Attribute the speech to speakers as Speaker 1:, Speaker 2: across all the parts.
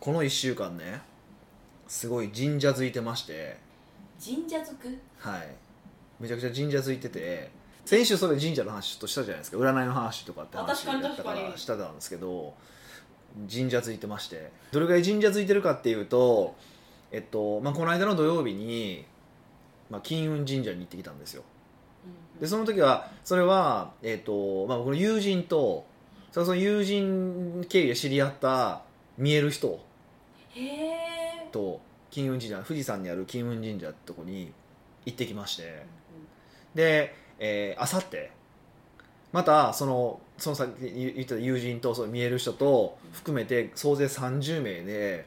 Speaker 1: この1週間ねすごい神社づいてまして
Speaker 2: 神社族
Speaker 1: はいめちゃくちゃ神社づいてて先週それ神社の話ちょっとしたじゃないですか占いの話とかって話
Speaker 2: あ確かに
Speaker 1: やったから
Speaker 2: 確かに
Speaker 1: したんですけど神社づいてましてどれぐらい神社づいてるかっていうとえっと、まあ、この間の土曜日に、まあ、金運神社に行ってきたんですよでその時はそれは、えっとまあ、僕の友人とそのその友人経由で知り合った見える人
Speaker 2: へえ
Speaker 1: と金運神社富士山にある金運神社ってとこに行ってきましてであさってまたそのそのさっき言言ってた友人とその見える人と含めて総勢30名で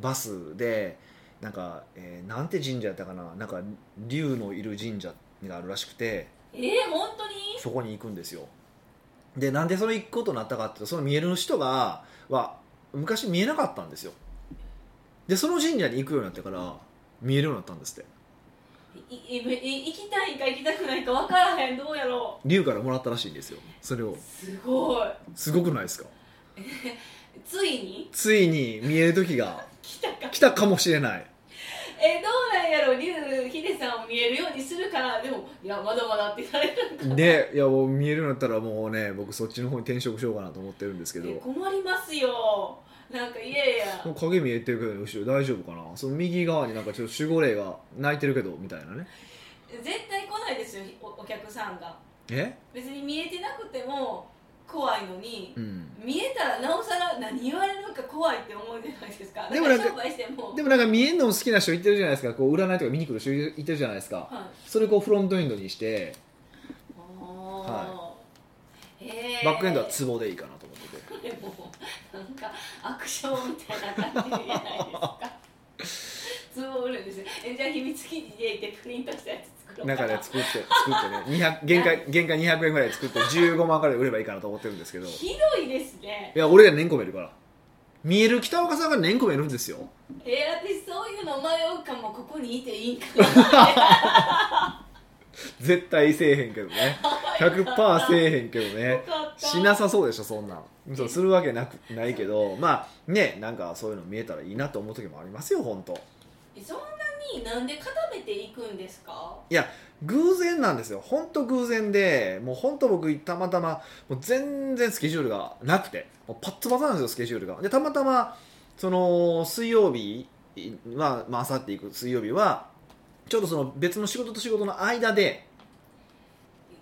Speaker 1: バスでなんか、えーなんて神社やったかななんか竜のいる神社があるらしくて
Speaker 2: えー、本当に
Speaker 1: そこに行くんですよでなんでそれ行くことになったかっていうとその見える人がは昔見えなかったんですよでその神社に行くようになってから見えるようになったんですって
Speaker 2: いいい行きたいんか行きたくないか分からへんどうやろ
Speaker 1: 竜からもらったらしいんですよそれを
Speaker 2: うすごい
Speaker 1: すごくないですか
Speaker 2: ついに
Speaker 1: ついに見える時が
Speaker 2: 来たか
Speaker 1: 来たかもしれない
Speaker 2: えどうなんやろう龍ヒデさんを見えるようにするからでもいやまだまだって言われるんかな
Speaker 1: でいやもう見えるようになったらもうね僕そっちの方に転職しようかなと思ってるんですけど
Speaker 2: え困りますよなんかいやいや
Speaker 1: もう影見えてるけど後ろ大丈夫かなその右側になんかちょっと守護霊が泣いてるけどみたいなね
Speaker 2: 絶対来ないですよおお客さんが
Speaker 1: え
Speaker 2: 別に見えてなくても怖いのに
Speaker 1: うん
Speaker 2: 見えたらなおさら何言われるのか怖いって思うじゃないですか
Speaker 1: でもなんか
Speaker 2: だら商売しても
Speaker 1: でもなんか見えんのも好きな人いてるじゃないですかこう占いとか見に来る人いてるじゃないですか
Speaker 2: はい
Speaker 1: それこうフロントエンドにして
Speaker 2: あーへー
Speaker 1: バックエンドはツボでいいかなと思ってて
Speaker 2: でもなんか悪性みたいな感じじゃないですかツボ売るんですよえじゃあ秘密基地でいてプリントしたやつ作ろうか
Speaker 1: 中
Speaker 2: な
Speaker 1: で作って作ってね200限界限界200円ぐらい作って15万からいで売ればいいかなと思ってるんですけどい
Speaker 2: ひどいですね
Speaker 1: や俺が年こめるから見える北岡さんが年こめるんですよ
Speaker 2: えー、私そういうの迷うかもここにいていいんかな
Speaker 1: 絶対せえへんけどね100%せえへんけどね
Speaker 2: よかった
Speaker 1: しなさそうでしょそんなんそうするわけなくないけどまあねなんかそういうの見えたらいいなと思う時もありますよ本当
Speaker 2: そんなになんで固めていくんですか
Speaker 1: 偶然なんですよ本当偶然でもう本当僕たまたまもう全然スケジュールがなくてもうパッツパツなんですよスケジュールがでたまたまその水曜日はまあさっていく水曜日はちょうどその別の仕事と仕事の間で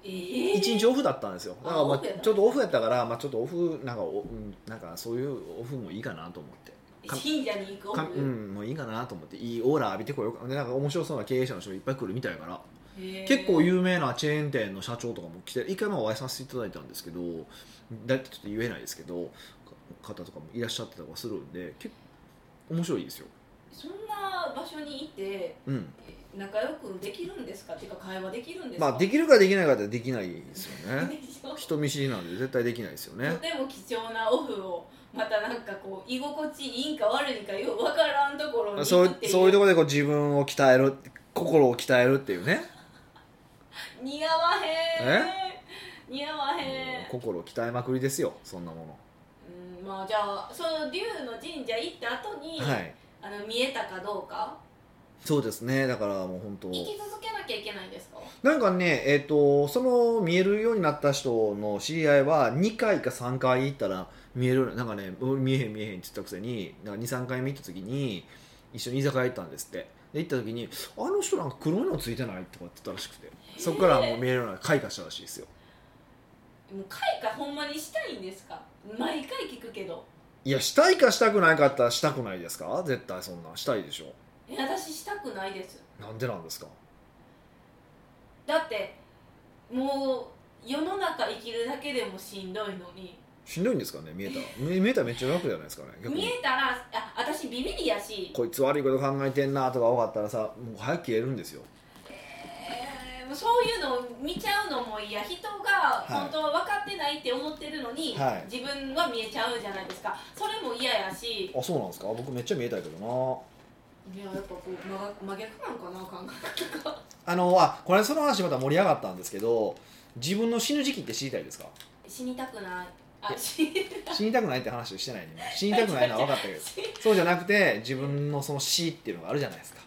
Speaker 2: え
Speaker 1: 1
Speaker 2: ー、
Speaker 1: 日オフだったんですよだからま
Speaker 2: あオフやな
Speaker 1: あちょっとオフやったから、まあ、ちょっとオフなんかおうんなんかそういうオフもいいかなと思ってか
Speaker 2: 神社に行く
Speaker 1: かうんもういいかなと思っていいオーラ浴びてこようかでなんか面白そうな経営者の人もいっぱい来るみたいやから結構
Speaker 2: う
Speaker 1: 有名なチェーン店の社長とかも来て一回まあお会いさせていただいたんですけどだってちょっと言えないですけどか方とかもいらっしゃってたりとかするんで結構面白いですよ
Speaker 2: そんな場所にいて
Speaker 1: うん
Speaker 2: 仲良くできるんですかっていうか会話できるんですか、
Speaker 1: まあできるかできないかってできないですよね
Speaker 2: でしょ
Speaker 1: 人見知りなんで絶対できないですよね
Speaker 2: とても貴重なオフをまたなんかこう居心地いいんか悪いんかよう分からんところに
Speaker 1: そ
Speaker 2: 行く
Speaker 1: う
Speaker 2: っていう
Speaker 1: そういうところでこう自分を鍛える心を鍛えるっていうね
Speaker 2: 似合わへん似合わへん
Speaker 1: もう心を鍛えまくりですよそんなも
Speaker 2: うんまあじゃあその龍の神社行った後に、
Speaker 1: のはい
Speaker 2: あの見えたかどうか
Speaker 1: そうですねだからもう本当
Speaker 2: 生き続けなきゃいけないんですか
Speaker 1: なんかね、えっとその見えるようになった人の知り合いは2回か3回行ったら見えるようになんかね俺見えへん見えへんって言ったくせに23回見た時に一緒に居酒屋行ったんですってで行った時に「あの人なんか黒いのついてない?」とかって言ったらしくてそこからもう見えるように開花したらしいですよ
Speaker 2: もう開花ほんまにしたいんですか毎回聞くけど
Speaker 1: いやしたいかしたくないかったらしたくないですか絶対そんなんしたいでしょ
Speaker 2: え私したくないです
Speaker 1: なんでなんですか
Speaker 2: だってもう世の中生きるだけでもしんどいのに
Speaker 1: しんどいんですかね見えたら見見えたらめっちゃ楽じゃないですかね逆
Speaker 2: 見
Speaker 1: に
Speaker 2: えたらあ私ビビりやし、
Speaker 1: こいつ悪いこと考えてんなとか多かったらさもう早く消えるんですよ
Speaker 2: えーもうそういうのを見ちゃうのも嫌人が
Speaker 1: い
Speaker 2: 本当は分かってないって思ってるのに、
Speaker 1: はい
Speaker 2: 自分は見えちゃうじゃないですかそれも嫌やし
Speaker 1: あそうなんですか僕めっちゃ見えたいけどない
Speaker 2: ややっぱこう真逆真逆なんかな考え方が
Speaker 1: あのあこれその話また盛り上がったんですけど自分の死ぬ時期って知りたいですか
Speaker 2: 死にたくないああ死んだ
Speaker 1: 死にたくないって話をしてないね 今死にたくないのは分かったけ ど
Speaker 2: 死ん
Speaker 1: そうじゃなくて自分のその死っていうのがあるじゃないですか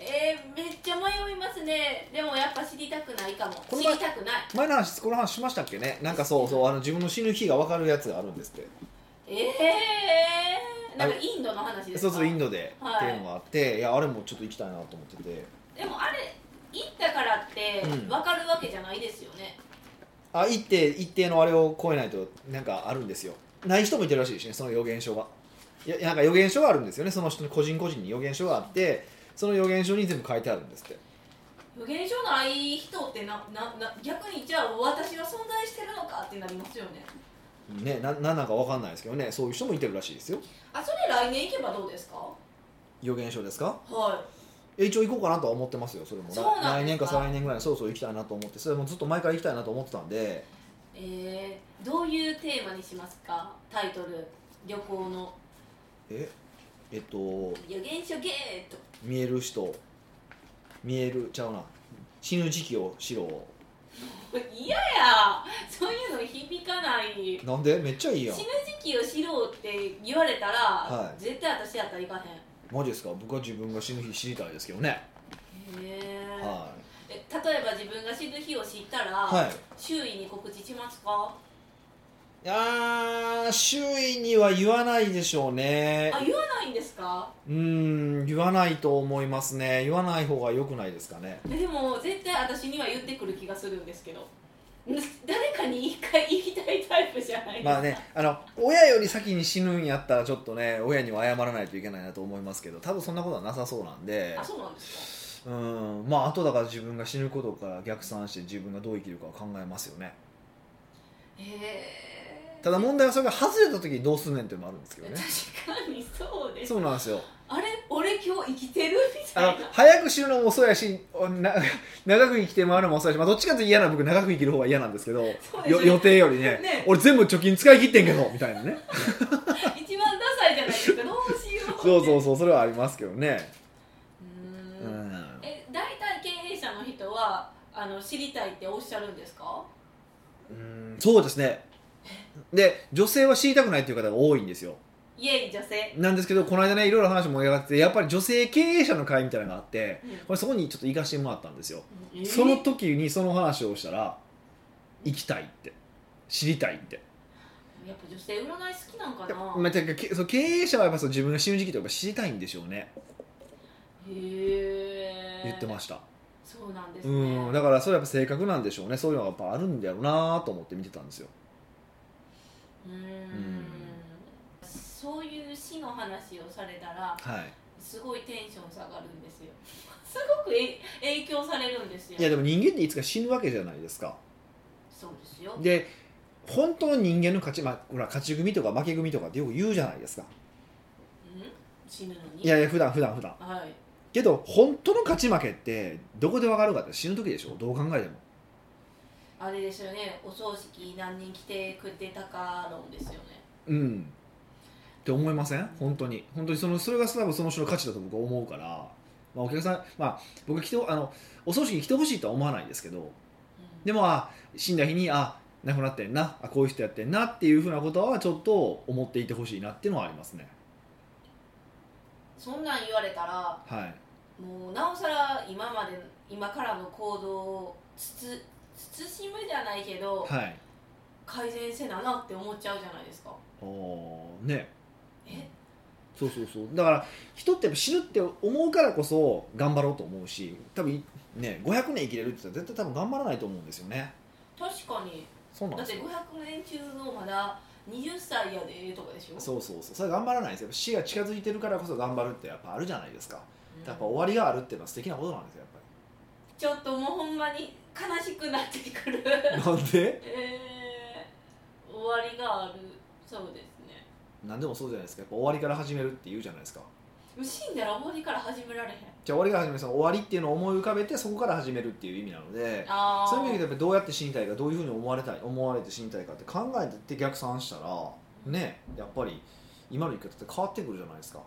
Speaker 2: えー、めっちゃ迷いますねでもやっぱ知りたくないかも
Speaker 1: この
Speaker 2: 知
Speaker 1: 前
Speaker 2: りたくない
Speaker 1: 前の話この話しましたっけねなんかそうそうあの自分の死ぬ日が分かるやつがあるんですって
Speaker 2: ええー、なんかインドの話です
Speaker 1: そ
Speaker 2: か
Speaker 1: うそうインドで
Speaker 2: はい
Speaker 1: っていうのがあって、い、やあれもちょっと行きたいなと思ってて
Speaker 2: でもあれ行ったからって
Speaker 1: うん
Speaker 2: 分かるわけじゃないですよね、
Speaker 1: あ一定一定のあれを超えないとなんかあるんですよない人もいてるらしいしねその予言書がいやなんか予言書があるんですよねその人の個人個人に予言書があってその予言書に全部書いてあるんですって
Speaker 2: 予言書ない人ってななな逆にじゃあ私は存在してるのかってなりますよね
Speaker 1: ねななんなんか分かんないですけどねそういう人もいてるらしいですよ
Speaker 2: あそれ来年行けばどうですかは
Speaker 1: 予言書ですか
Speaker 2: い
Speaker 1: え一応行こうかなとは思ってますよそれも
Speaker 2: そうなんですか
Speaker 1: 来年か再来年ぐらいにそうそう行きたいなと思ってそれもずっと前から行きたいなと思ってたんで
Speaker 2: えー、どういうテーマにしますかタイトル旅行の
Speaker 1: ええっと
Speaker 2: 「予言書ゲート
Speaker 1: 見える人見えるちゃうな死ぬ時期を知ろ」
Speaker 2: 嫌やそういうの響かないう
Speaker 1: なんでめっちゃいい
Speaker 2: 死
Speaker 1: や
Speaker 2: ぬ
Speaker 1: ん
Speaker 2: 時期を知ろうって言われたら、
Speaker 1: はい
Speaker 2: 絶対私やったらいかへん
Speaker 1: マジですか僕は自分が死ぬ日知りたいですけどね
Speaker 2: へー
Speaker 1: は
Speaker 2: え例えば自分が死ぬ日を知ったら、
Speaker 1: い、はい、
Speaker 2: 周囲に告知しますか
Speaker 1: あー周囲には言わないでしょうね
Speaker 2: あ言わないんですか
Speaker 1: うーん言わないと思いますね言わない方が良くないですかね
Speaker 2: えでも絶対私には言ってくる気がするんですけどん誰かに一回言いたいタイプじゃないですか、
Speaker 1: まあねあの親より先に死ぬんやったらちょっとね親には謝らないといけないなと思いますけど多分そんなことはなさそうなんで
Speaker 2: あそうなんです
Speaker 1: うんまああとだから自分が死ぬことから逆算して自分がどう生きるかを考えますよね
Speaker 2: かへえ
Speaker 1: ただ問題はそれが外れた時にどうすんねんっていうのもあるんですけどね
Speaker 2: 確かにそうです
Speaker 1: そうなんですよ
Speaker 2: あれ俺今日生きてるみ
Speaker 1: あ
Speaker 2: た
Speaker 1: の
Speaker 2: いな
Speaker 1: 早く死ぬのもそうやしおな 長く生きて回るのもそうやし、まあ、どっちかというと嫌な僕長く生きる方が嫌なんですけど
Speaker 2: そうですね
Speaker 1: よ予定よりね
Speaker 2: ね
Speaker 1: 俺全部貯金使い切ってんけどみたいな ね
Speaker 2: 一番ダサいじゃないですかどうしよう
Speaker 1: そう
Speaker 2: う
Speaker 1: そうそうそれはありますけどね
Speaker 2: ー
Speaker 1: うんん
Speaker 2: え大体経営者の人はあの知りたいっておっしゃるんですか
Speaker 1: うんそうですねで女性は知りたくないっていう方が多いんですよ
Speaker 2: イエイ女性、
Speaker 1: なんですけどこの間ねいろいろ話も盛り上がっててやっぱり女性経営者の会みたいなのがあって
Speaker 2: うん
Speaker 1: これそこにちょっと行かしてもらったんですよ
Speaker 2: えー
Speaker 1: その時にその話をしたら行きたいって知りたいって
Speaker 2: やっぱ女性占い好きなんかな、
Speaker 1: まあ、てかけそう経営者はやっぱそう自分が死ぬ時期とか知りたいんでしょうね
Speaker 2: へえ
Speaker 1: 言ってま
Speaker 2: し
Speaker 1: した、
Speaker 2: そうなんですね
Speaker 1: うんだからそれはやっぱ性格なんでしょうねそういうのがやっぱあるんだろうなと思って見てたんですよ
Speaker 2: うーんそういう死の話をされたら
Speaker 1: はい
Speaker 2: すごいテンション下がるんです よすごくえ影響されるんですよ
Speaker 1: いやでも人間っていつか死ぬわけじゃないですか
Speaker 2: そうですよ
Speaker 1: で本当の人間の勝ち、まあ、ほら勝ち組とか負け組とかってよく言うじゃないですか
Speaker 2: うん死ぬのに
Speaker 1: いやいや普段普段普段
Speaker 2: はい
Speaker 1: けど本当の勝ち負けってどこで分かるかって死ぬ時でしょどう考えても
Speaker 2: あれですよねお葬式何人来てくれてたか論ですよね
Speaker 1: うんって思いません本当に本当にそのそれが多分その人の価値だと僕は思うから、まあ、お客さん、まあ、僕は来てあのお葬式に来てほしいとは思わないですけど
Speaker 2: うん
Speaker 1: でもあ死んだ日にあ亡くなってんなあこういう人やってんなっていうふうなことはちょっと思っていてほしいなっていうのはありますね
Speaker 2: そんなん言われたら
Speaker 1: はい
Speaker 2: もうなおさら今まで今からの行動をつつ慎むじゃないけど、
Speaker 1: はい
Speaker 2: 改善せななって思っちゃうじゃないですか
Speaker 1: おーね
Speaker 2: え
Speaker 1: そうそうそうだから人ってやっぱ死ぬって思うからこそ頑張ろうと思うし多分ね500年生きれるって言ったら絶対多分頑張らないと思うんですよね
Speaker 2: 確かに
Speaker 1: そうなん
Speaker 2: だ
Speaker 1: で
Speaker 2: っ
Speaker 1: す
Speaker 2: て
Speaker 1: よ
Speaker 2: 500年中のまだ20歳やでとかでしょ
Speaker 1: そうそうそうそれ頑張らないですよ死が近づいてるからこそ頑張るってやっぱあるじゃないですか
Speaker 2: うん
Speaker 1: やっぱ終わりがあるっていうのは素敵なことなんですよ
Speaker 2: ちょっともうほんまに悲しくなって くる
Speaker 1: やっ ぱりなんで
Speaker 2: えー、終わりがあるそうですね
Speaker 1: 何でもそうじゃないですかやっぱ終わりから始めるって言うじゃないですか
Speaker 2: 死んだら終わりから始められへん
Speaker 1: じゃあ終わりから始めるその終わりっていうのを思い浮かべてそこから始めるっていう意味なので
Speaker 2: ああ
Speaker 1: そういう意味でやっぱりどうやって死にたいかどういうふうに思われたい思われて死にたいかって考えてって逆算したらねやっぱり今の生き方って変わってくるじゃないですか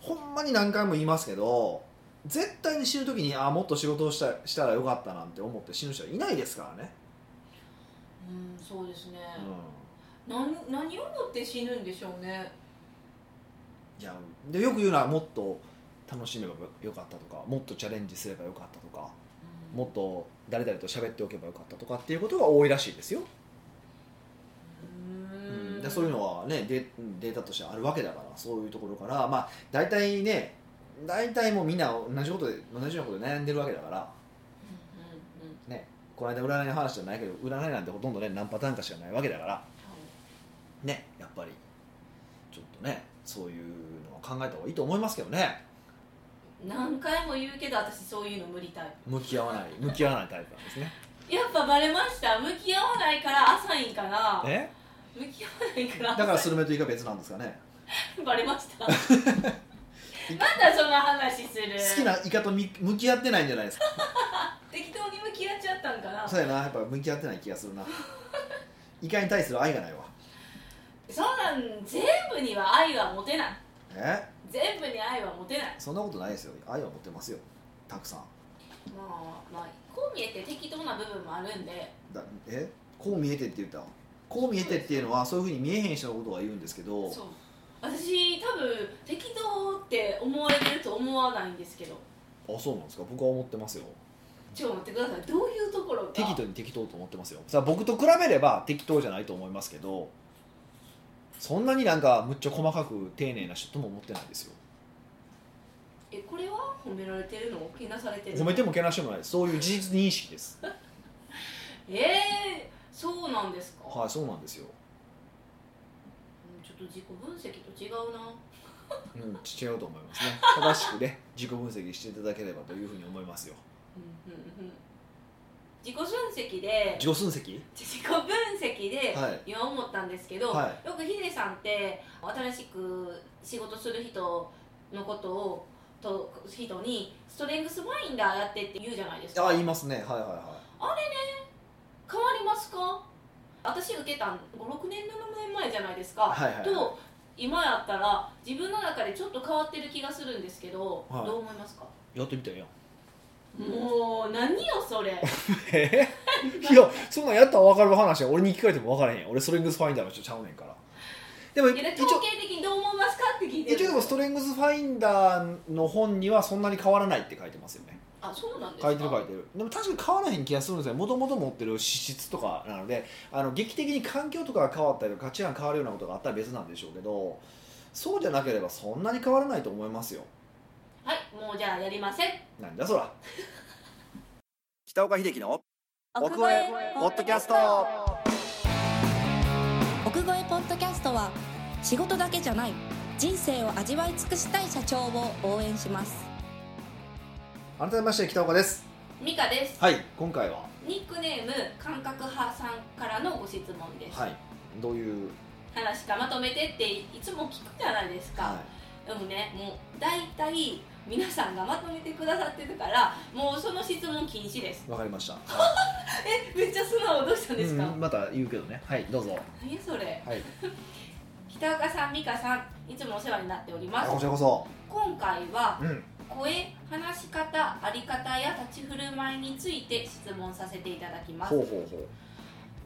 Speaker 1: ほんまに何回も言いますけど絶対に死ぬ時にああもっと仕事をしたしたらよかったなんて思って死ぬ人はいないですからね、
Speaker 2: うんそうですね、
Speaker 1: う
Speaker 2: 何何をもって死ぬんでしょうね
Speaker 1: いやでよく言うのはもっと楽しめばよかったとかもっとチャレンジすればよかったとかもっと誰々と喋っておけばよかったとかっていうことが多いらしいですよ、
Speaker 2: う
Speaker 1: うん
Speaker 2: ん
Speaker 1: でそういうのは、ね、デデータとしてあるわけだからそういうところからまあ大体ね大体もうみんな同じことで同じようなことで悩んでるわけだから
Speaker 2: うんうんうん
Speaker 1: ねこの間占いの話じゃないけど占いなんてほとんどね何パターンかしかないわけだからねやっぱりちょっとねそういうのは考えた方がいいと思いますけどね
Speaker 2: 何回も言うけど私そういうの無理タイ
Speaker 1: 向き合わない向き合わないタイプなんですね
Speaker 2: プやっぱバレました向き合わないから浅いんかな
Speaker 1: え
Speaker 2: 向き合わないから
Speaker 1: だ
Speaker 2: 浅い
Speaker 1: からスルメとイカ別なんですかね
Speaker 2: バレまし たまだその話する
Speaker 1: 好きなイカとみ向き合ってないんじゃないですか
Speaker 2: 適当に向き合っちゃったんかな
Speaker 1: そうやなやっぱ向き合ってない気がするなイカに対する愛がないわ
Speaker 2: そんなん全部には愛は持てない
Speaker 1: え
Speaker 2: 全部に愛は持てない
Speaker 1: そんなことないですよ愛は持ってますよたくさん
Speaker 2: まあまあこう見えて適当な部分もあるんで
Speaker 1: だえこう見えてって言ったこう見えてっていうのはそういうふうに見えへん人のことは言うんですけど
Speaker 2: そう私多分適当って思われてると思わないんですけど
Speaker 1: あそうなんですか僕は思ってますよ
Speaker 2: ちょっと待ってくださいどういうところが
Speaker 1: 適当に適当と思ってますよさあ僕と比べれば適当じゃないと思いますけどそんなになんかむっちゃ細かく丁寧な人とも思ってないですよ
Speaker 2: えこれは褒められてるのけなされてる
Speaker 1: 褒めてもけなしてもないですそういう事実認識です
Speaker 2: えー、そうなんですか、
Speaker 1: はいそうなんですよ、
Speaker 2: うんちょっと自己分析と違うな
Speaker 1: うん、違うと思い ますね正しくね自己分析していただければというふうに思いますよ
Speaker 2: うんうんうん自己分析で
Speaker 1: 自己分析
Speaker 2: 自己分析で
Speaker 1: はい
Speaker 2: 今思ったんですけど、
Speaker 1: は
Speaker 2: よくヒデさんって新しく仕事する人のことをと人にストレングスファインダーやってって言うじゃないですか
Speaker 1: あ言いますねはいはいは
Speaker 2: 変わりますか私受けたん56年7年前じゃないですか、
Speaker 1: はいはいはい
Speaker 2: と今やったら自分の中でちょっと変わってる気がするんですけど、
Speaker 1: はい
Speaker 2: どう思いますか
Speaker 1: いやってみたらいいやん
Speaker 2: もう何よ それ
Speaker 1: え いやそんなんやったら分かる話は俺に聞かれても分からへんやん俺ストレングスファインダーの人ちゃうねんからでも
Speaker 2: いや
Speaker 1: 一
Speaker 2: 統
Speaker 1: 応
Speaker 2: 計的にどう思いますかって聞いてる
Speaker 1: 一
Speaker 2: ん
Speaker 1: 応で
Speaker 2: ですよ
Speaker 1: もストレングスファインダーの本にはそんなに変わらないって書いてますよね
Speaker 2: あそうなんですか
Speaker 1: 書いてる書いてるでも確かに変わらへん気がするんですよもともと持ってる資質とかなのであの劇的に環境とかが変わったりとか価値観変わるようなことがあったら別なんでしょうけどそうじゃなければそんなに変わらないと思いますよ
Speaker 2: はいもうじゃあやりません
Speaker 1: なんだそ ら北岡秀樹の
Speaker 3: 奥越えポッドキャスト奥越えポッドキャストは仕事だけじゃない人生を味わい尽くしたい社長を応援します
Speaker 1: 改めまして北岡です
Speaker 2: ミカです
Speaker 1: はい今回は
Speaker 2: ニックネーム感覚派さんからのご質問です、
Speaker 1: はいどういう
Speaker 2: 話かまとめてっていつも聞くじゃないですか、
Speaker 1: は
Speaker 2: でもねもう大体皆さんがまとめてくださってるからもうその質問禁止です
Speaker 1: いわかりました、
Speaker 2: えめっちゃ素直どうしたんですか、
Speaker 1: うんまた言うけどねはいどうぞ
Speaker 2: 何それ
Speaker 1: はい
Speaker 2: 北岡さん美香さんいつもお世話になっておりま
Speaker 1: あ
Speaker 2: す
Speaker 1: こちらこそ
Speaker 2: 今回は
Speaker 1: うん
Speaker 2: 声話し方あり方や立ち振る舞いについて質問させていただきます
Speaker 1: ほうほうほ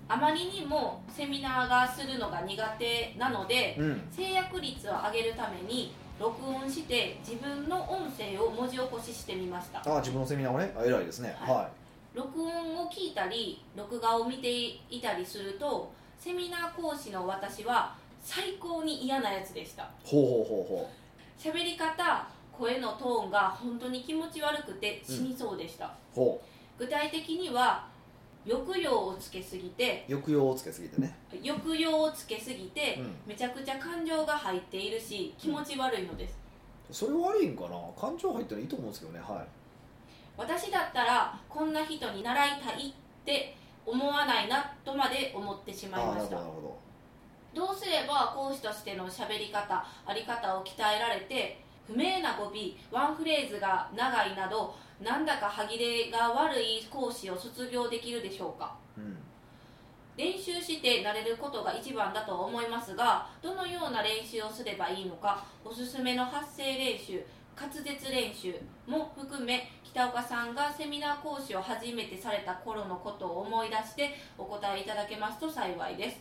Speaker 2: あまりにもセミナーがするのが苦手なので
Speaker 1: ううん
Speaker 2: 制約率を上げるために録音して自分の音声を文字起こししてみました
Speaker 1: あ自分のセミナーをねあ偉いですね
Speaker 2: はい
Speaker 1: は
Speaker 2: 録音を聞いたり録画を見ていたりするとセミナー講師の私は最高に嫌なやつでした
Speaker 1: いほうほうほうほう
Speaker 2: 喋り方声のトーンが本当に気持ち悪くて死にそうでした、
Speaker 1: ほ
Speaker 2: 具体的には抑揚をつけすぎて
Speaker 1: う抑揚をつけすぎてね
Speaker 2: 抑揚をつけすぎて、
Speaker 1: うん
Speaker 2: めちゃくちゃ感情が入っているし気持ち悪いのです
Speaker 1: それ悪いんかな感情入ったらいいと思うんですけどねは
Speaker 2: 私だったらこんな人に習いたいって思わないなとまで思ってし
Speaker 1: い
Speaker 2: まい
Speaker 1: ああ
Speaker 2: ま
Speaker 1: なる
Speaker 2: し
Speaker 1: ほどな
Speaker 2: た
Speaker 1: るほど
Speaker 2: どうすれば講師としての喋り方あり方を鍛えられて不明な語尾ワンフレーズが長いなどなんだか歯切れが悪い講師を卒業できるでしょうか
Speaker 1: うん
Speaker 2: 練習して慣れることが一番だと思いますがどのような練習をすればいいのかおすすめの発声練習滑舌練習も含め北岡さんがセミナー講師を初めてされた頃のことを思い出してお答えいただけますと幸いです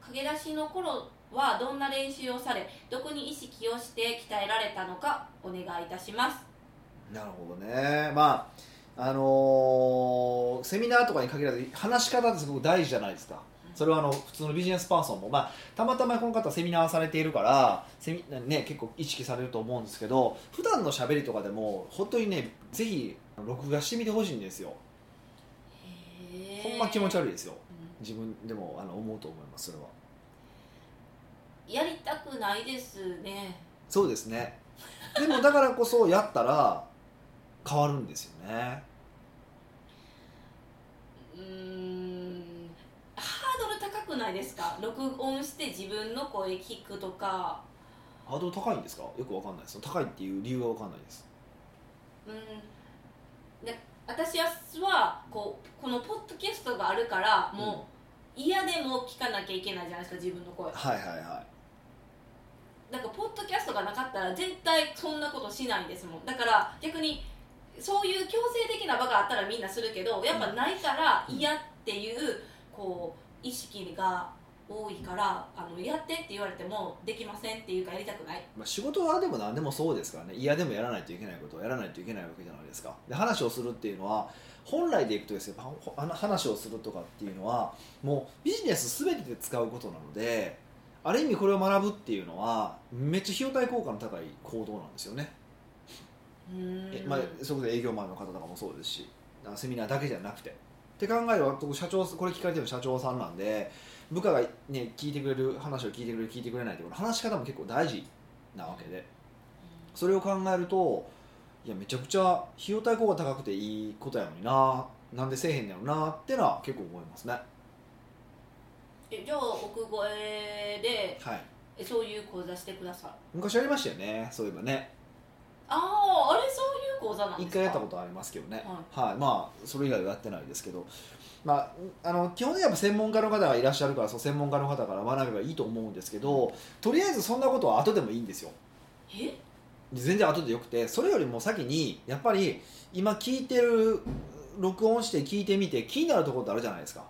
Speaker 2: 駆け出しの頃はどんな練習をされどこに意識をして鍛えられたのかお願いいたします
Speaker 1: なるほどねまああのーセミナーとかに限らず話し方ってすごく大事じゃないですかそれはあの普通のビジネスパーソンも、まあ、たまたまこの方セミナーされているからセミ、ね、結構意識されると思うんですけど普段のしゃべりとかでも本当にねぜひ録画してみてほしいんですよ
Speaker 2: へ
Speaker 1: ほんま気持ち悪いですよ自分でもあの思うと思いますそれは
Speaker 2: いやりたくないですね
Speaker 1: そうですねでもだからこそやったら変わるんですよね
Speaker 2: うーんハードル高くないですか録音して自分の声聞くとか
Speaker 1: ハードル高いんですかよくわかんないです高いっていう理由がわかんないです
Speaker 2: うんで私はこうこのポッドキャストがあるからもう嫌でも聞かなきゃいけないじゃないですか自分の声
Speaker 1: はいはいはい
Speaker 2: なんかポッドキャストがなかったら絶対そんなことしないんですもんだから逆にそういう強制的な場があったらみんなするけどやっぱないから
Speaker 1: うん
Speaker 2: 嫌っていうこう意識が多いからあのやってって言われてもできませんっていうかやりたくない
Speaker 1: まあ、仕事はでも何でもそうですからね嫌でもやらないといけないことをやらないといけないわけじゃないですかで話をするっていうのは本来でいくとですねやっぱほあの話をするとかっていうのはもうビジネス全てで使うことなのである意味これを学ぶっていうのはめっちゃ費用対効果の高い行動なんですよね、
Speaker 2: うーん
Speaker 1: えまあ、そこで営業マンの方とかもそうですしあのセミナーだけじゃなくてって考えると社長これ聞かれてる社長さんなんで部下が、ね、聞いてくれる話を聞いてくれる聞いてくれないってこの話し方も結構大事なわけでそれを考えるといやめちゃくちゃ費用対効果高くていいことやのにななんでせえへんねやろなってのは結構思いますね
Speaker 2: えじゃあ奥越えで
Speaker 1: はい
Speaker 2: えそういう講座してください
Speaker 1: 昔ありましたよねそういえばね
Speaker 2: あああれそういう講座なんで
Speaker 1: 一
Speaker 2: すか
Speaker 1: 回やったことありますけどね
Speaker 2: は
Speaker 1: はい、まあそれ以外はやってないですけどまあ、あの基本的にはやっぱ専門家の方がいらっしゃるからそう専門家の方から学べばいいと思うんですけどとりあえずそんなことは後でもいいんですよ
Speaker 2: え
Speaker 1: 全然後でよくてそれよりも先にやっぱり今聞いてる録音して聞いてみて気になるところってあるじゃないですか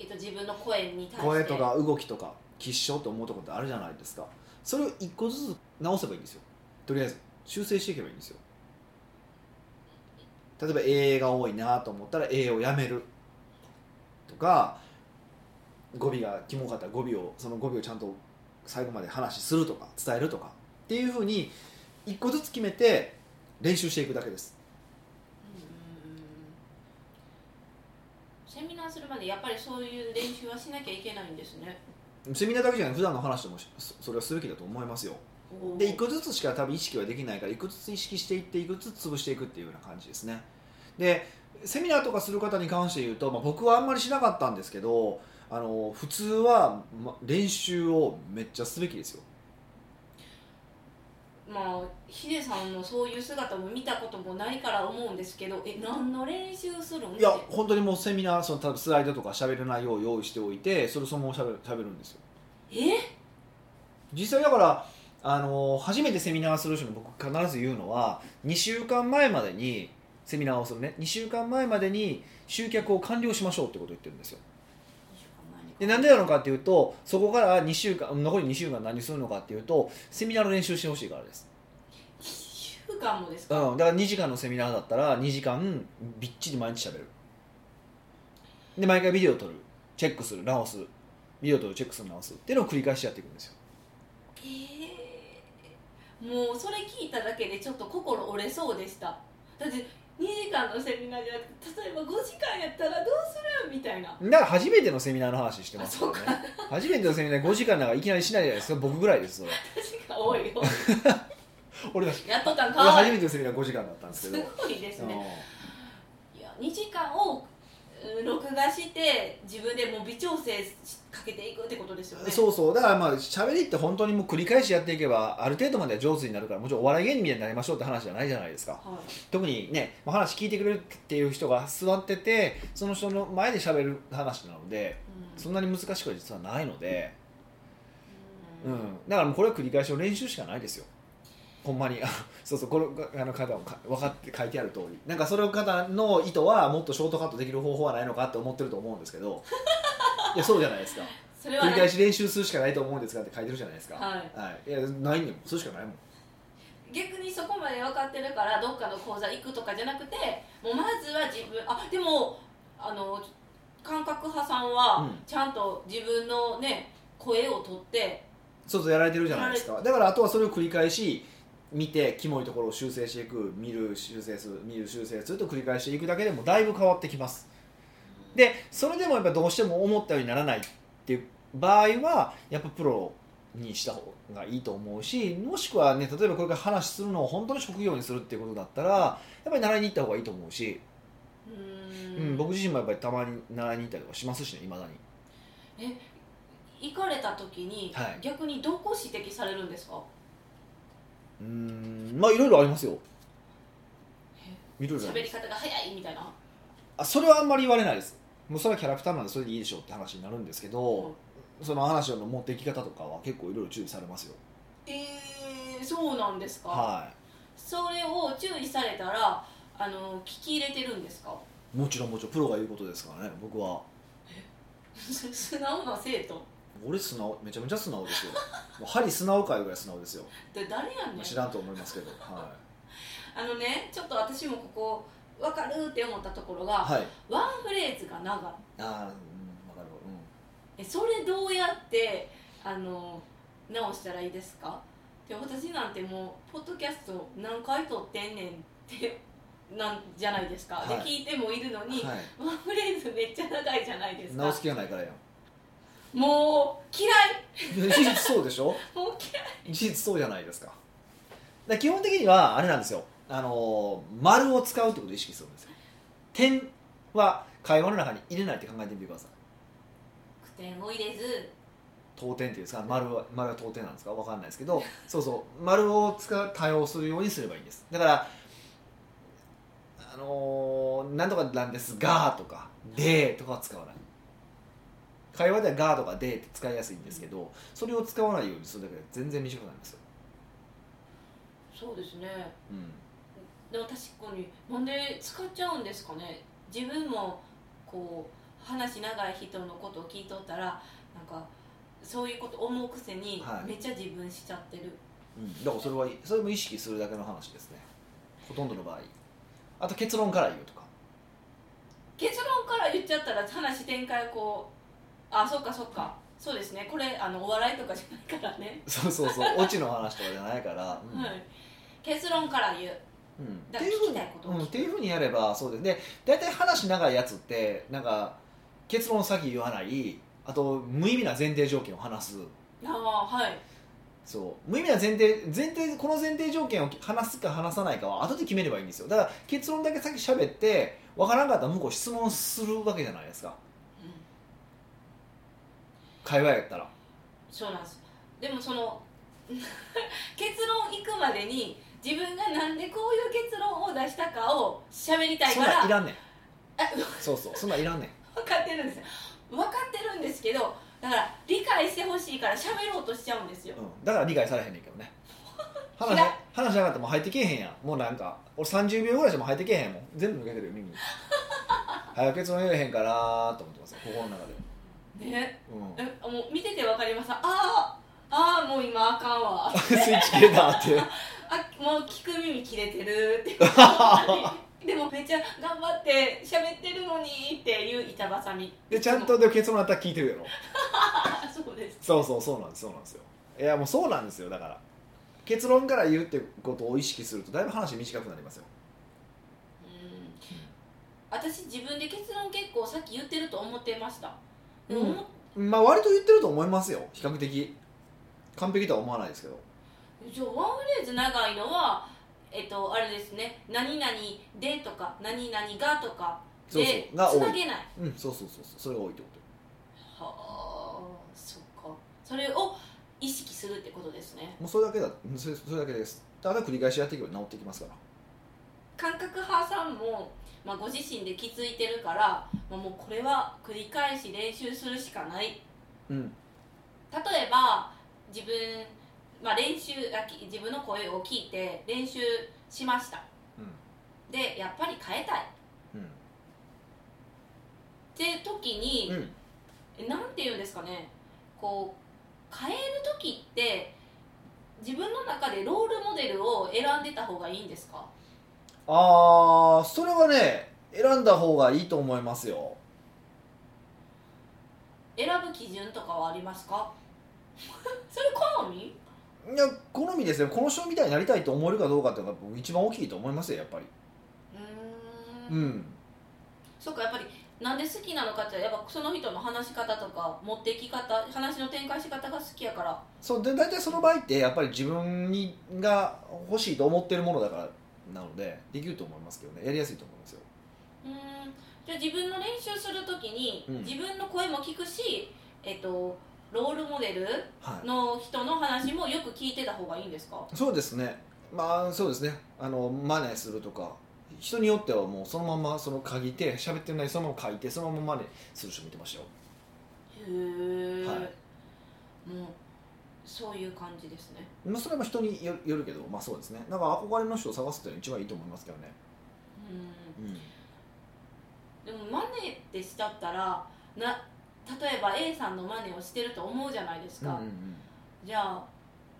Speaker 2: えっと自分の声に対して
Speaker 1: 声とか動きとか吉祥って思うところってあるじゃないですかそれを一個ずつ直せばいいんですよとりあえず修正していけばいいんですよ例えば A が多いなと思ったら A をやめるとか語尾がキモかったら語尾をその語尾をちゃんと最後まで話するとか伝えるとかっていうふうに一個ずつ決めて練習していくだけです
Speaker 2: うんうんうんセミナーするまでやっぱりそういう練習はしなきゃいけないんですね
Speaker 1: セミナーだけじゃない普段の話でもしそそれはするべきだと思いますよ
Speaker 2: おー
Speaker 1: で1個ずつしか多分意識はできないから1個ずつ意識していって1個ずつ潰していくっていうような感じですねでセミナーとかする方に関して言うと、まあ、僕はあんまりしなかったんですけどあの普通は、ま、練習をめっちゃすべきですよ
Speaker 2: まあヒデさんのそういう姿も見たこともないから思うんですけどえ何の練習するん
Speaker 1: いや本当にもうセミナーその多分スライドとか喋る内容を用意しておいてそれそのまま喋る喋るんですよ
Speaker 2: え
Speaker 1: 実際だからあの初めてセミナーする人に僕必ず言うのは2週間前までにセミナーをするね2週間前までに集客を完了しましょうってことを言ってるんですよでなんでなのかっていうとそこから2週間残り2週間何するのかっていうとセミナーの練習してほしいからです、
Speaker 2: 1週間もです
Speaker 1: う
Speaker 2: か、
Speaker 1: ん、だから2時間のセミナーだったら2時間びっちり毎日喋るで毎回ビデオ撮るチェックする直すビデオ撮るチェックする直すっていうのを繰り返しやっていくんですよ
Speaker 2: えーもうそれ聞いただけでちょっと心折れそうでしただって2時間のセミナーじゃなくて例えば5時間やったらどうする みたいな
Speaker 1: だから初めてのセミナーの話してます
Speaker 2: あ
Speaker 1: ね初めてのセミナー5時間なんかいきなりしないじゃないですか僕ぐらいですそ れ
Speaker 2: 確か多いよ
Speaker 1: 俺だし
Speaker 2: やっとったん
Speaker 1: 俺
Speaker 2: か
Speaker 1: 初
Speaker 2: い
Speaker 1: めてのセミナー5時間だったんですすけど
Speaker 2: ごいですね
Speaker 1: うん
Speaker 2: いや2時間をうん録画して自分でもう微調整しかけていくってことですよね
Speaker 1: そうそうだからまあ喋りって本当にもう繰り返しやっていけばある程度までは上手になるからもちろんお笑い芸人みたいになりましょうって話じゃないじゃないですか
Speaker 2: はい
Speaker 1: 特にねまあ話聞いてくれるっていう人が座っててその人の前で喋る話なので
Speaker 2: うん
Speaker 1: そんなに難しくは実はないので、う
Speaker 2: うん
Speaker 1: ん、だからもうこれは繰り返しの練習しかないですよほんまにあ そうそうこのあの方もか分かって書いてある通りなんかその方の意図はもっとショートカットできる方法はないのかって思ってると思うんですけ どいやそうじゃないですか
Speaker 2: それは
Speaker 1: 繰
Speaker 2: な
Speaker 1: り
Speaker 2: い
Speaker 1: 返し練習するしかないと思うんですがって書いてるじゃないですか
Speaker 2: はい、
Speaker 1: い、やないねんもんそれしかないもん
Speaker 2: 逆にそこまで分かってるからどっかの講座行くとかじゃなくてもうまずは自分あでもあの感覚派さん
Speaker 1: う
Speaker 2: は
Speaker 1: ん
Speaker 2: ちゃんと自分のね声を取って
Speaker 1: そうそうやられてるじゃないですかだからあとはそれを繰り返し見てキモいところを修正していく見る修正する見る修正すると繰り返していくだけでもだいぶ変わってきますでそれでもやっぱどうしても思ったようにならないっていう場合はやっぱプロにした方がいいと思うしもしくはね例えばこれから話するのを本当に職業にするっていうことだったらやっぱり習いに行った方がいいと思うし、
Speaker 2: う
Speaker 1: うん
Speaker 2: ー
Speaker 1: う
Speaker 2: ん
Speaker 1: ん、僕自身もやっぱりたまに習いに行ったりとかしますしねいまだに
Speaker 2: 行かれた時に、
Speaker 1: はい
Speaker 2: 逆にどこ指摘されるんですか
Speaker 1: うーんまあいろいろありますよいろいろあります
Speaker 2: 喋り方が早いみたいな
Speaker 1: あそれはあんまり言われないですもうそれはキャラクターなんでそれでいいでしょうって話になるんですけど、その話の持っていき方とかは結構いろいろ注意されますよ
Speaker 2: えー、そうなんですか、
Speaker 1: は
Speaker 2: それを注意されたらあの聞き入れてるんですか
Speaker 1: いもちろんもちろんプロが言うことですからね僕は
Speaker 2: 素直な生徒
Speaker 1: 俺素直めちゃめちゃ素直 ですよもう針素直かいうぐらい素直ですよ
Speaker 2: で誰やねん
Speaker 1: 知らんと思いますけどは
Speaker 2: あのねちょっと私もここ分かるって思ったところが、
Speaker 1: い、はい、
Speaker 2: ワンフレーズが長い
Speaker 1: ああうんわかるう
Speaker 2: えそれどうやってあの直したらいいですかで私なんてもうポッドキャスト何回撮ってんねんってなんじゃないですか、
Speaker 1: はい
Speaker 2: で聞いてもいるのに、
Speaker 1: ん、はい、
Speaker 2: ワンフレーズめっちゃ長いじゃないです
Speaker 1: 直
Speaker 2: か
Speaker 1: す気がない からやん
Speaker 2: もう嫌い
Speaker 1: 事実そうでしょ
Speaker 2: もう嫌い
Speaker 1: 事実そうじゃないですかだから基本的にはあれなんですよあのー丸を使うってことを意識するんですよ点は会話の中に入れないって考えてみてください
Speaker 2: 苦点を入れず
Speaker 1: 当点っていうんですか丸は丸は当点なんですかわかんないですけどそうそう丸を使う対応するようにすればいいんですだからあのーなんとかなんですがとかでとかは使わない会話ではがとかでって使いやすいんですけどそれを使わないようにするだけで全然短くなるんですよ、
Speaker 2: そうですね
Speaker 1: うん
Speaker 2: でも確かになんで使っちゃうんですかね自分もこう話長い人のことを聞いとったらなんかそういうこと思うくせに
Speaker 1: はい
Speaker 2: めっちゃ自分しちゃってる、
Speaker 1: うん、だからそれはいそれも意識するだけの話ですねほとんどの場合あと結論から言うとか
Speaker 2: 結論から言っちゃったら話展開こうあそっかそっかそうですねこれあのお笑いとかじゃないからね、
Speaker 1: そうそうそうオチの話とかじゃないから、うん
Speaker 2: はい、結論から言う
Speaker 1: うん、
Speaker 2: だ
Speaker 1: って
Speaker 2: から
Speaker 1: いう
Speaker 2: 聞
Speaker 1: ふう
Speaker 2: き
Speaker 1: に
Speaker 2: たいことを
Speaker 1: う
Speaker 2: 聞
Speaker 1: ん、
Speaker 2: く
Speaker 1: っていうふうにやればそうですね大体話長いやつってなんか結論先言わないあと無意味な前提条件を話す
Speaker 2: ああはい
Speaker 1: そう無意味な前提前提この前提条件を話すか話さないかは後で決めればいいんですよだから結論だけ先喋って分からんかったら向こう質問するわけじゃないですか
Speaker 2: うん
Speaker 1: 会話やったら
Speaker 2: そうなんですでもその 結論行くまでに自分がなんでこういう結論を出したかを喋りたい
Speaker 1: そん
Speaker 2: か
Speaker 1: なん
Speaker 2: ら
Speaker 1: いらんねん
Speaker 2: あ
Speaker 1: そうそうそんなんいらんねん
Speaker 2: 分かってるんですよ分かってるんですけどだから理解してほしいから喋ろうとしちゃうんですよ
Speaker 1: うん、だから理解されへんねんけど ね話
Speaker 2: 嫌い
Speaker 1: 話なかったらもう入ってけえへんやんもうなんか俺30秒ぐらいしてもう入ってけえへんもん全部抜けてるよ 耳に早く結論言えへんかなと思ってますよ心の中で、
Speaker 2: ね
Speaker 1: うん、
Speaker 2: えもう見てて分かりましたあーあーもう今あかんわ
Speaker 1: スイッチ切れたって
Speaker 2: あもう聞く耳切れてるっ てでもめっちゃ頑張って喋ってるのにっていう板挟み
Speaker 1: でちゃんとで結論だったら聞いてるやろ
Speaker 2: あそうです
Speaker 1: そうそうそうなんですそうなんですよいやもうそうなんですよだから結論から言うってことを意識するとだいぶ話短くなりますよ
Speaker 2: うん私自分で結論結構さっき言ってると思ってました、
Speaker 1: うん
Speaker 2: 思っ
Speaker 1: まあ割と言ってると思いますよ比較的完璧とは思わないですけど
Speaker 2: じゃあワンフレーズ長いのはえっとあれですね「何々で」とか「何々が」とか
Speaker 1: そう
Speaker 2: で
Speaker 1: そう
Speaker 2: つ
Speaker 1: が多
Speaker 2: ないげない
Speaker 1: うんそうそうそうそうそれが多いってこと
Speaker 2: はあそっかそれを意識するってことですね
Speaker 1: もうそれだけだうんそれそれだけですただ繰り返しやっていけば治ってきますから
Speaker 2: 感覚派さんも、まあ、ご自身で気づいてるから、まあ、もうこれは繰り返し練習するしかない
Speaker 1: うん
Speaker 2: 例えば自分まあ、練習あき自分の声を聞いて練習しましたでやっぱり変えたいって時に
Speaker 1: うん、うん
Speaker 2: なんて言うんですかねこう変える時って自分の中でロールモデルを選んでた方がいいんですか
Speaker 1: あーそれはね選んだ方がいいと思いますよ
Speaker 2: 選ぶ基準とかはありますか それ好み
Speaker 1: いや好みですよこの人みたいになりたいと思えるかどうかっていうのが僕一番大きいと思いますよやっぱり
Speaker 2: うー
Speaker 1: うんん
Speaker 2: そっかやっぱりなんで好きなのかってやっぱその人の話し方とか持っていき方話の展開し方が好きやから
Speaker 1: そうで大体その場合ってやっぱり自分にが欲しいと思ってるものだからなのでできると思いますけどねやりやすいと思いますよ
Speaker 2: うーんじゃあ自分の練習する時に、
Speaker 1: うん
Speaker 2: 自分の声も聞くしえっとロールモデル
Speaker 1: はい
Speaker 2: の人の話もよく聞いてた方がいいんですか
Speaker 1: そうですねまあそうですねあのマネするとか人によってはもうそのままその書いて喋ってないそのまま書いてそのままマネする人もいてましたよ
Speaker 2: へえ、
Speaker 1: はい
Speaker 2: もうそういう感じですね
Speaker 1: まあそれも人によよるけどまあそうですねだから憧れの人を探すっていうのが一番いいと思いますけどね
Speaker 2: うん
Speaker 1: うん
Speaker 2: でもマネってしちゃったらな例えば A さんのマネをしてると思うじゃないですか、
Speaker 1: うんうん
Speaker 2: じゃあ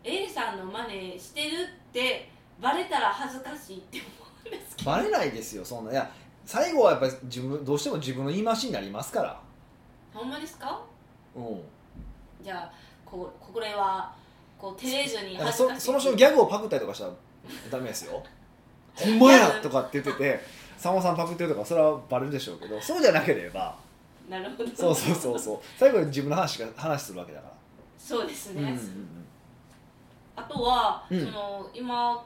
Speaker 2: A さんのマネしてるってバレたら恥ずかしいって思うんですけど
Speaker 1: バレないですよそんないや最後はやっぱり自分どうしても自分の言い回しになりますから
Speaker 2: ほんまですか
Speaker 1: うん
Speaker 2: じゃあこうこれはこう照れずに
Speaker 1: だから
Speaker 2: 恥ず
Speaker 1: そ
Speaker 2: かしい
Speaker 1: その人のギャグをパクったりとかしたらダメです よ「ほんまや!」とかって言ってて「さんまさんパクってる」とかそれはバレるでしょうけどそうじゃなければ
Speaker 2: なるほど
Speaker 1: そうそうそうそう最後に自分の話が話するわけだから
Speaker 2: そうで
Speaker 1: う
Speaker 2: す
Speaker 1: ん
Speaker 2: ね、
Speaker 1: うん
Speaker 2: あとは、
Speaker 1: うん
Speaker 2: その今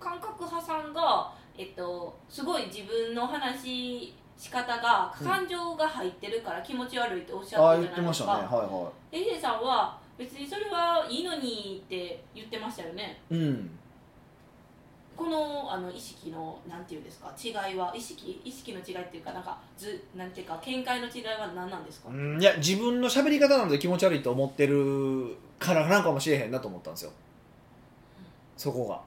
Speaker 2: 感覚派さんが、えっと、すごい自分の話し方が
Speaker 1: うん
Speaker 2: 感情が入ってるから気持ち悪いっておっし
Speaker 1: うん、あ
Speaker 2: ゃ
Speaker 1: あ
Speaker 2: って
Speaker 1: 言
Speaker 2: る
Speaker 1: っ
Speaker 2: じ
Speaker 1: て
Speaker 2: ゃな
Speaker 1: ました
Speaker 2: いです
Speaker 1: ね
Speaker 2: か
Speaker 1: はいは
Speaker 2: でヒデさんは別にそれはいいのにって言ってましたよね
Speaker 1: いうん
Speaker 2: このあの意識のなんていうんですか違いは意識意識の違いっていうかなんかずなんていうか見解の違いは何なんですか、
Speaker 1: うんいや自分の喋り方なので気持ち悪いと思ってるからなんかもしれへんなと思ったんですよそこが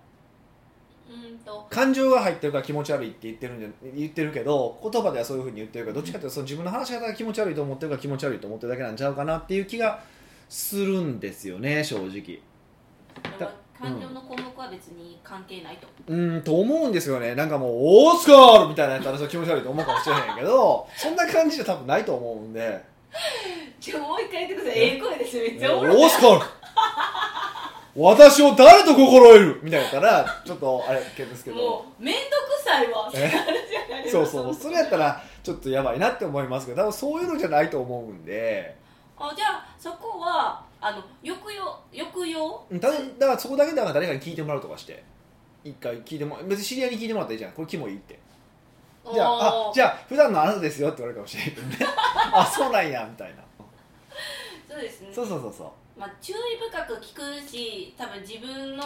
Speaker 2: うんと
Speaker 1: 感情が入ってるから気持ち悪いって言ってるんじゃ言ってるけど言葉ではそういうふうに言ってるけどどっちかというとその自分の話し方が気持ち悪いと思ってるから気持ち悪いと思ってるだけなんちゃうかなっていう気がするんですよね正直
Speaker 2: でも感情の項目は別に関係ないと、
Speaker 1: うーんと思うんですよねなんかもう「オースカール!」みたいなやったらそれ気持ち悪いと思うかもしれへんけ どそんな感じじゃ多分ないと思うんで
Speaker 2: じゃあもう一回言ってくださいええ声ですめ
Speaker 1: 「
Speaker 2: っ
Speaker 1: オ
Speaker 2: ちゃおもろい
Speaker 1: ースカール!」私を誰と心得るみたいなやったらちょっとあれですけど
Speaker 2: もう面倒くさいわってな るじゃないです
Speaker 1: そ
Speaker 2: か
Speaker 1: うそうそれやったらちょっとやばいなって思いますけど多分そういうのじゃないと思うんで。
Speaker 2: あじゃあそこはあの抑揚抑揚
Speaker 1: うんただだからそこだけだから誰かに聞いてもらうとかして一回聞いても別に知り合いに聞いてもらったらいいじゃんこれキモいってじゃああじ
Speaker 2: ゃ
Speaker 1: ゃあ普段のあなたですよって言われるかもしれないけど ねあそうなんやみたいな
Speaker 2: そうですね
Speaker 1: そうそうそうそ
Speaker 2: まあ、注意深く聞くし多分自分の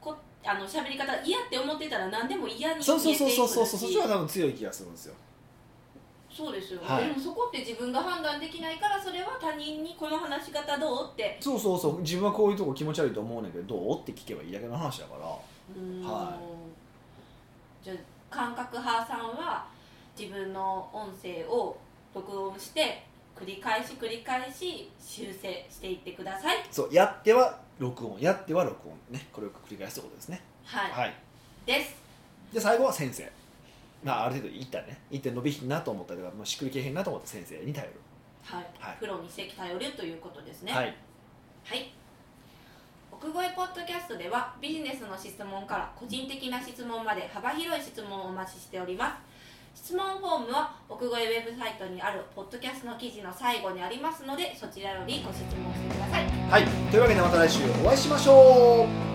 Speaker 2: こあの喋り方嫌って思ってたら何でも嫌に
Speaker 1: う
Speaker 2: 見
Speaker 1: そう
Speaker 2: えて
Speaker 1: そう
Speaker 2: いく
Speaker 1: そうそうそうそうそっち
Speaker 2: し
Speaker 1: の方が多分強い気がするんですよ
Speaker 2: そうですよ、
Speaker 1: はい
Speaker 2: でもそこって自分が判断できないからそれは他人にこの話し方どうって
Speaker 1: そうそうそう自分はこういうとこ気持ち悪いと思うねんだけどどうって聞けばいいだけの話だから
Speaker 2: うーん
Speaker 1: は
Speaker 2: じゃあ感覚派さんは自分の音声を録音して繰り返し繰り返し修正していってください
Speaker 1: そうやっては録音やっては録音ねこれを繰り返すってことですね
Speaker 2: はい、
Speaker 1: はい
Speaker 2: です
Speaker 1: で最後は先生まあある程度いったね一点伸びひんなと思ったりとかもうしっくりけへんなと思ったら先生に頼る
Speaker 2: はい、
Speaker 1: はい
Speaker 2: プロに席頼るということですね
Speaker 1: はい
Speaker 2: はい奥越えポッドキャストではビジネスの質問から個人的な質問まで幅広い質問をお待ちしております質問フォームは奥越えウェブサイトにあるポッドキャストの記事の最後にありますのでそちらよりご質問してください
Speaker 1: はい、というわけでまた来週お会いしましょう